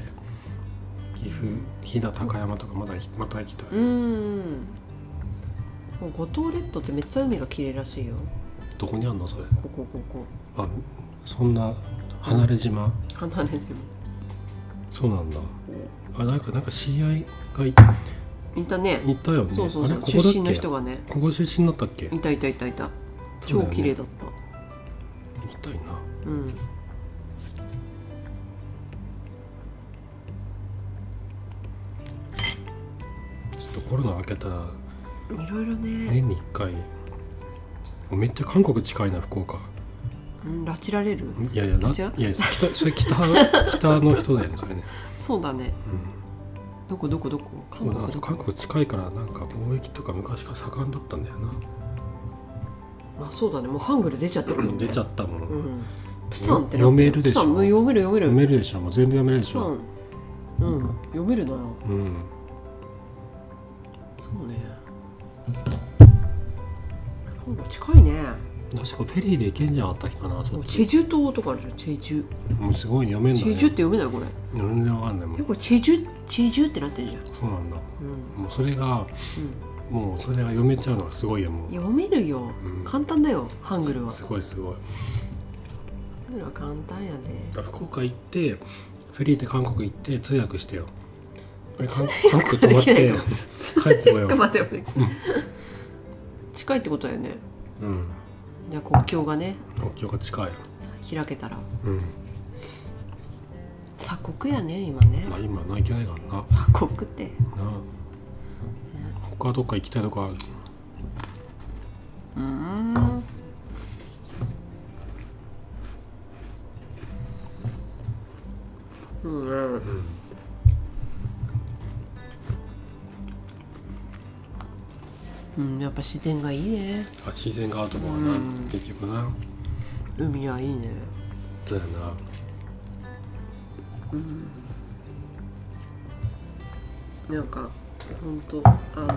Speaker 1: 岐阜飛騨高山とかまだ行きまた行きたいう
Speaker 2: ーん五島列島ってめっちゃ海が綺麗らしいよ
Speaker 1: どこにあんのそれ
Speaker 2: ここここ
Speaker 1: あそんな離れ島
Speaker 2: 離れても
Speaker 1: そうなんだあなんかなんか知り合いがい
Speaker 2: いたね
Speaker 1: いたよね
Speaker 2: そうそう
Speaker 1: あ
Speaker 2: そ
Speaker 1: れ
Speaker 2: う
Speaker 1: ここだっ
Speaker 2: 出
Speaker 1: け
Speaker 2: 身の人がね
Speaker 1: ここ出身だったっけ
Speaker 2: いたいたいたいた
Speaker 1: そう
Speaker 2: 超
Speaker 1: だよね
Speaker 2: 綺麗だった
Speaker 1: 行きたいな
Speaker 2: うん
Speaker 1: ちょっとコロナ明けたら
Speaker 2: いろいろね、
Speaker 1: 年に1回めっちゃ韓国近いな福岡
Speaker 2: うん、拉致られる
Speaker 1: いやいやな
Speaker 2: 違う
Speaker 1: いや北それ北 北の人だよねそれね、
Speaker 2: そうだねどこどこどこ
Speaker 1: う
Speaker 2: 韓
Speaker 1: ん、あ
Speaker 2: 国
Speaker 1: そ
Speaker 2: ど
Speaker 1: う韓
Speaker 2: こ
Speaker 1: 国近いからなんか貿易とか昔から盛んだったんだよな、
Speaker 2: あそうだねもうハングル出ちゃってるもんね
Speaker 1: 出ちゃったもん、
Speaker 2: うんプサンって
Speaker 1: 読めるでしょ
Speaker 2: プサン読める読める
Speaker 1: 読めるでしょもう全部読める
Speaker 2: プ
Speaker 1: でし
Speaker 2: サ
Speaker 1: ょ
Speaker 2: ンうん読めるな
Speaker 1: うん
Speaker 2: そうね韓国近いね
Speaker 1: 確かフェリーで行けんじゃなかったっけかなそっ
Speaker 2: チ
Speaker 1: ち
Speaker 2: ェジュ島とかあるじゃんチェジュ
Speaker 1: もうすごいね読めんだ
Speaker 2: チ
Speaker 1: ね
Speaker 2: ェジュって読めないこれ
Speaker 1: 全然わかんないもん
Speaker 2: 結構チェジュチェジュってなってるじゃん
Speaker 1: そうなんだ
Speaker 2: うん
Speaker 1: もうそれがもうそれが読めちゃうのがすごいよも
Speaker 2: うん読めるよ
Speaker 1: うん
Speaker 2: 簡単だよハングル
Speaker 1: う
Speaker 2: は
Speaker 1: すごいすごい
Speaker 2: ハングルは簡単やで
Speaker 1: だから福岡行ってフェリーで韓国行って通訳してよ俺韓韓国泊まっ
Speaker 2: できな
Speaker 1: て
Speaker 2: い
Speaker 1: よ
Speaker 2: の
Speaker 1: 帰って こよう、
Speaker 2: 待て待て近いってことだよね
Speaker 1: うん、
Speaker 2: じゃあ国境がね
Speaker 1: 国境が近い、
Speaker 2: 開けたら
Speaker 1: うん
Speaker 2: 鎖国やね今ね
Speaker 1: まあ、今ないけないからな
Speaker 2: 鎖国って
Speaker 1: な他どっか行きたいとこある
Speaker 2: うーんうんうん、やっぱ自然がいいね
Speaker 1: あ自然があるとこはな、
Speaker 2: うん
Speaker 1: 結局な
Speaker 2: 海はいいね
Speaker 1: そうだよな
Speaker 2: なんかほんとあの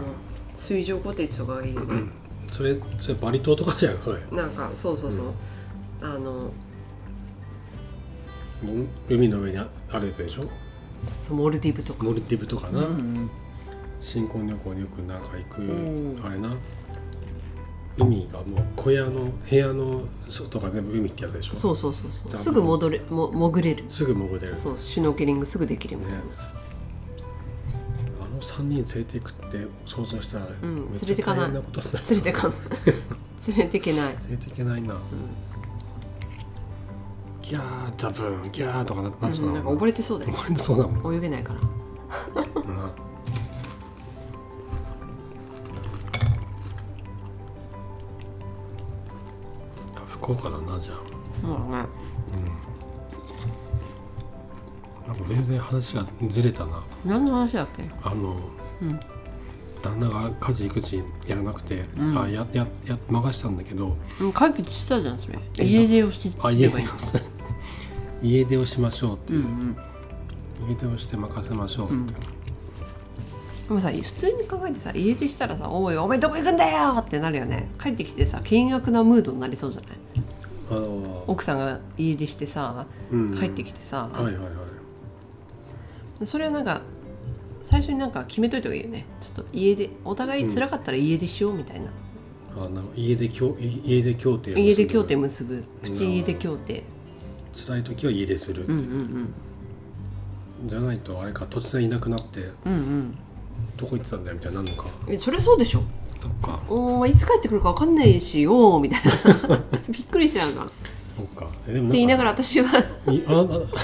Speaker 2: 水上コテージとかがいいよね、
Speaker 1: それそれバリ島とかじゃんそれ
Speaker 2: なんかそうそうそう、あの
Speaker 1: 海の上にあるやつでしょ
Speaker 2: そうモルディブとか、
Speaker 1: モルディブとか
Speaker 2: う
Speaker 1: な、
Speaker 2: ん、
Speaker 1: 新婚旅行によくなんか行く、
Speaker 2: うん
Speaker 1: あれな海がもう小屋の部屋の外が全部海ってやつでしょ
Speaker 2: そうそうそうそう
Speaker 1: 残念
Speaker 2: すぐ戻れも潜れる
Speaker 1: すぐ潜れる
Speaker 2: そうシュノーケリングすぐできるみたいな、
Speaker 1: ねあの3人連れていくって想像したら
Speaker 2: ん
Speaker 1: めっち
Speaker 2: 連れて
Speaker 1: ゃ
Speaker 2: か
Speaker 1: 大
Speaker 2: ない
Speaker 1: 変なことになりそ
Speaker 2: 連
Speaker 1: う
Speaker 2: れてかん連れてけない
Speaker 1: 連れていけないな、ギャーザブーンギャーとかななっそううん
Speaker 2: な
Speaker 1: だ
Speaker 2: んか
Speaker 1: もん
Speaker 2: 溺れてそうだよ
Speaker 1: 溺れてそうだもん
Speaker 2: 泳げないから
Speaker 1: なあ福岡だなじゃあ
Speaker 2: そうだね
Speaker 1: なんか全然話がずれたな
Speaker 2: 何の話だっけ
Speaker 1: あの
Speaker 2: うん
Speaker 1: 旦那が家事育児やらなくて、
Speaker 2: うん
Speaker 1: あややや任したんだけど
Speaker 2: うん解決したじゃんそれ
Speaker 1: え
Speaker 2: 家出をして
Speaker 1: あ
Speaker 2: す
Speaker 1: 家
Speaker 2: れ
Speaker 1: 出
Speaker 2: ばいい
Speaker 1: を 家出をしましょうって
Speaker 2: う
Speaker 1: い
Speaker 2: んう
Speaker 1: う、
Speaker 2: ん
Speaker 1: 家出をして任せましょうって、
Speaker 2: でもさ普通に考えてさ家出したらさ「おいお前どこ行くんだよ!」ってなるよね帰ってきてさ険悪なムードになりそうじゃない
Speaker 1: あの
Speaker 2: 奥さんが家出してさ
Speaker 1: うん
Speaker 2: 帰ってきてさ、
Speaker 1: はいはいはい
Speaker 2: それをなんか最初になんか決めといた方がいいよねちょっと家でお互い辛かったら家出しようみたいな、
Speaker 1: あなんか家できょ家で協定をする
Speaker 2: 家で協定結ぶプチ家出協定
Speaker 1: 辛い時は家出するって
Speaker 2: うん
Speaker 1: い
Speaker 2: うん
Speaker 1: う、じゃないとあれか突然いなくなって
Speaker 2: うんうん
Speaker 1: どこ行ってたんだよみたいになるのか
Speaker 2: うんえそれそうでしょ
Speaker 1: そっか
Speaker 2: おーいつ帰ってくるか分かんないしよーみたいな びっくりしちゃうからって
Speaker 1: そっかえでも
Speaker 2: 言い
Speaker 1: な
Speaker 2: なん
Speaker 1: か
Speaker 2: がら私はい
Speaker 1: ああ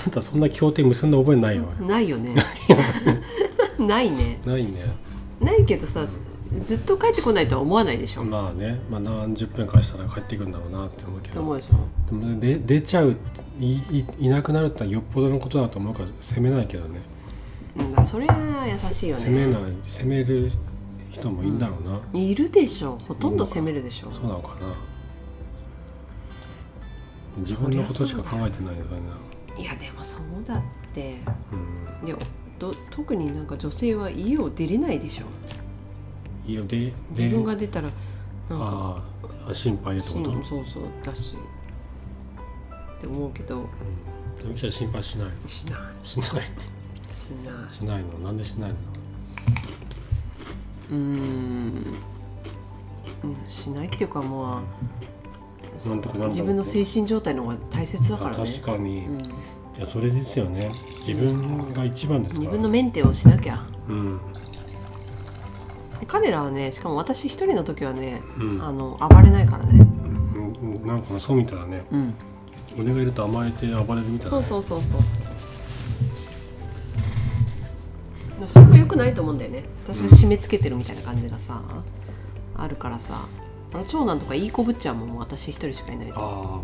Speaker 1: あんたそんな協定結んだ覚えないよ、
Speaker 2: ないよねないね
Speaker 1: ないね
Speaker 2: ないけどさすずっと帰ってこないとは思わないでしょ、
Speaker 1: まあね、まあ、何十分かしたら帰ってくるんだろうなって思うけ
Speaker 2: と思
Speaker 1: ど
Speaker 2: うでしょ
Speaker 1: でもで出ちゃういいいなくなるってのはよっぽどのことだと思うから責めないけどね
Speaker 2: うんだからそれは優しいよ
Speaker 1: 責め
Speaker 2: ね
Speaker 1: ない責める人もいるんだろうな、
Speaker 2: いるでしょほとんど責めるでしょ
Speaker 1: そうなのかな自分のことしか考えてないよそれな、
Speaker 2: いやでもそうだって
Speaker 1: うん、
Speaker 2: いやど特になんか女性は家を出れないでしょ
Speaker 1: いいよでで
Speaker 2: 自分が出たらなんか
Speaker 1: あーあ心配でって
Speaker 2: そ
Speaker 1: こと、
Speaker 2: うそうそうだしって思うけど
Speaker 1: うん、ゆきちゃん心配しない
Speaker 2: しない
Speaker 1: しない
Speaker 2: しない
Speaker 1: しないのなんでしないの
Speaker 2: うーんうんしないっていうかまあ
Speaker 1: なんとかなんだろう
Speaker 2: 自分の精神状態の方が大切だか
Speaker 1: あ
Speaker 2: ら
Speaker 1: 確
Speaker 2: ね、
Speaker 1: かに、
Speaker 2: うん
Speaker 1: いやそれですよね自分が一番ですか
Speaker 2: 自
Speaker 1: ら
Speaker 2: 分のメンテをしなきゃ
Speaker 1: うん
Speaker 2: で彼らはねしかも私一人の時はね、
Speaker 1: うん
Speaker 2: あの暴れないから
Speaker 1: う
Speaker 2: ね、
Speaker 1: んうんなんかそうみたいだね
Speaker 2: うん、
Speaker 1: 俺がいると甘えて暴れるみたいな、
Speaker 2: そ
Speaker 1: ね、
Speaker 2: うそうそうそうそうそれも良くないと思うんだよね私が締め付けてるみたいな感じがさ、あるからさあの長男とかいい子ぶっちゃうもんもう私一人しかいないと
Speaker 1: あ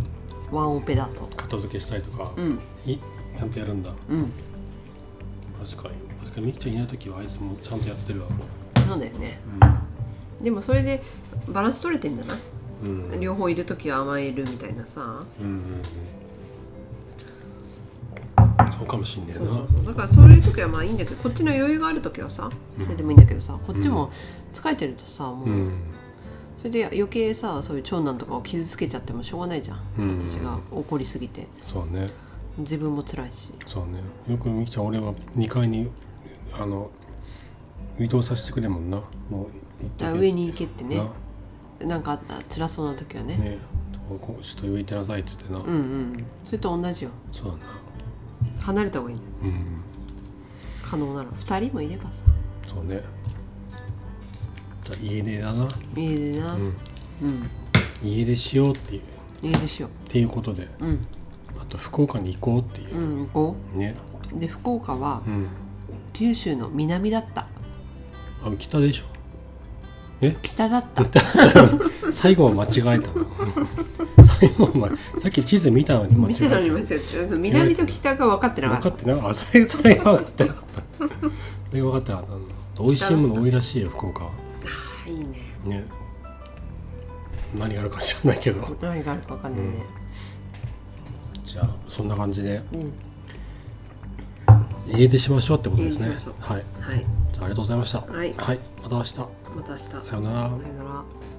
Speaker 2: ワンオペだと
Speaker 1: あ片付けしたりとか、
Speaker 2: うん
Speaker 1: いちゃんとやるんだ
Speaker 2: うん
Speaker 1: 確かに確かにみきちゃんいない時はあいつもちゃんとやってるわ
Speaker 2: そうだよねでもそれでバランス取れてんだな
Speaker 1: うんうんうん
Speaker 2: 両方いる時は甘えるみたいなさ
Speaker 1: うんそうかもしんねえ
Speaker 2: そう
Speaker 1: な
Speaker 2: そうそうだからそういう時はまあいいんだけどこっちの余裕がある時はさそれでもいいんだけどさこっちも疲れてるとさもう、
Speaker 1: うん
Speaker 2: それで余計さそういう長男とかを傷つけちゃってもしょうがないじゃん、
Speaker 1: うん
Speaker 2: 私が怒りすぎて
Speaker 1: そうね
Speaker 2: 自分も辛いし
Speaker 1: そうねよくみきちゃん俺は2階にあの移動させてくれもんなもう行っとけ
Speaker 2: あ上に行けってね
Speaker 1: な
Speaker 2: なんかあった辛そうな時はね
Speaker 1: ねこうちょっと上行ってなさいっつってな、
Speaker 2: うんうんそれと同じよ
Speaker 1: そうだな
Speaker 2: 離れた方がいい
Speaker 1: うん
Speaker 2: 可能なら2人もいればさ
Speaker 1: そうねじゃあ家出だな
Speaker 2: 家でなうん、
Speaker 1: 家出しようっていうっ
Speaker 2: 家出しよ
Speaker 1: ていうことで
Speaker 2: ううん
Speaker 1: あと福岡に行こうっていう
Speaker 2: う、ん行こ
Speaker 1: ね
Speaker 2: うで福岡は
Speaker 1: うん
Speaker 2: 九州の南だった
Speaker 1: あ北でしょ
Speaker 2: 北 だった
Speaker 1: 最後は間違えたの最後はお前さっき地図見たのに間違
Speaker 2: 見てたのに
Speaker 1: え
Speaker 2: 間違って南と北が分かって
Speaker 1: た
Speaker 2: な
Speaker 1: 分
Speaker 2: かっ
Speaker 1: か
Speaker 2: た
Speaker 1: ってなあそれそれ分かってなかったそれ分かってなかった美味しいもの多いらしいよ福岡は
Speaker 2: あーいいね
Speaker 1: ね何があるか知らないけど
Speaker 2: 何があるか分かんないね
Speaker 1: じゃあそんな感じで
Speaker 2: うん、
Speaker 1: 家出しましょうってことですね
Speaker 2: 家出しましょ
Speaker 1: はい
Speaker 2: はい
Speaker 1: じゃあありがとうございました
Speaker 2: はい
Speaker 1: はい、また明日
Speaker 2: また明日
Speaker 1: さようなら
Speaker 2: さよなら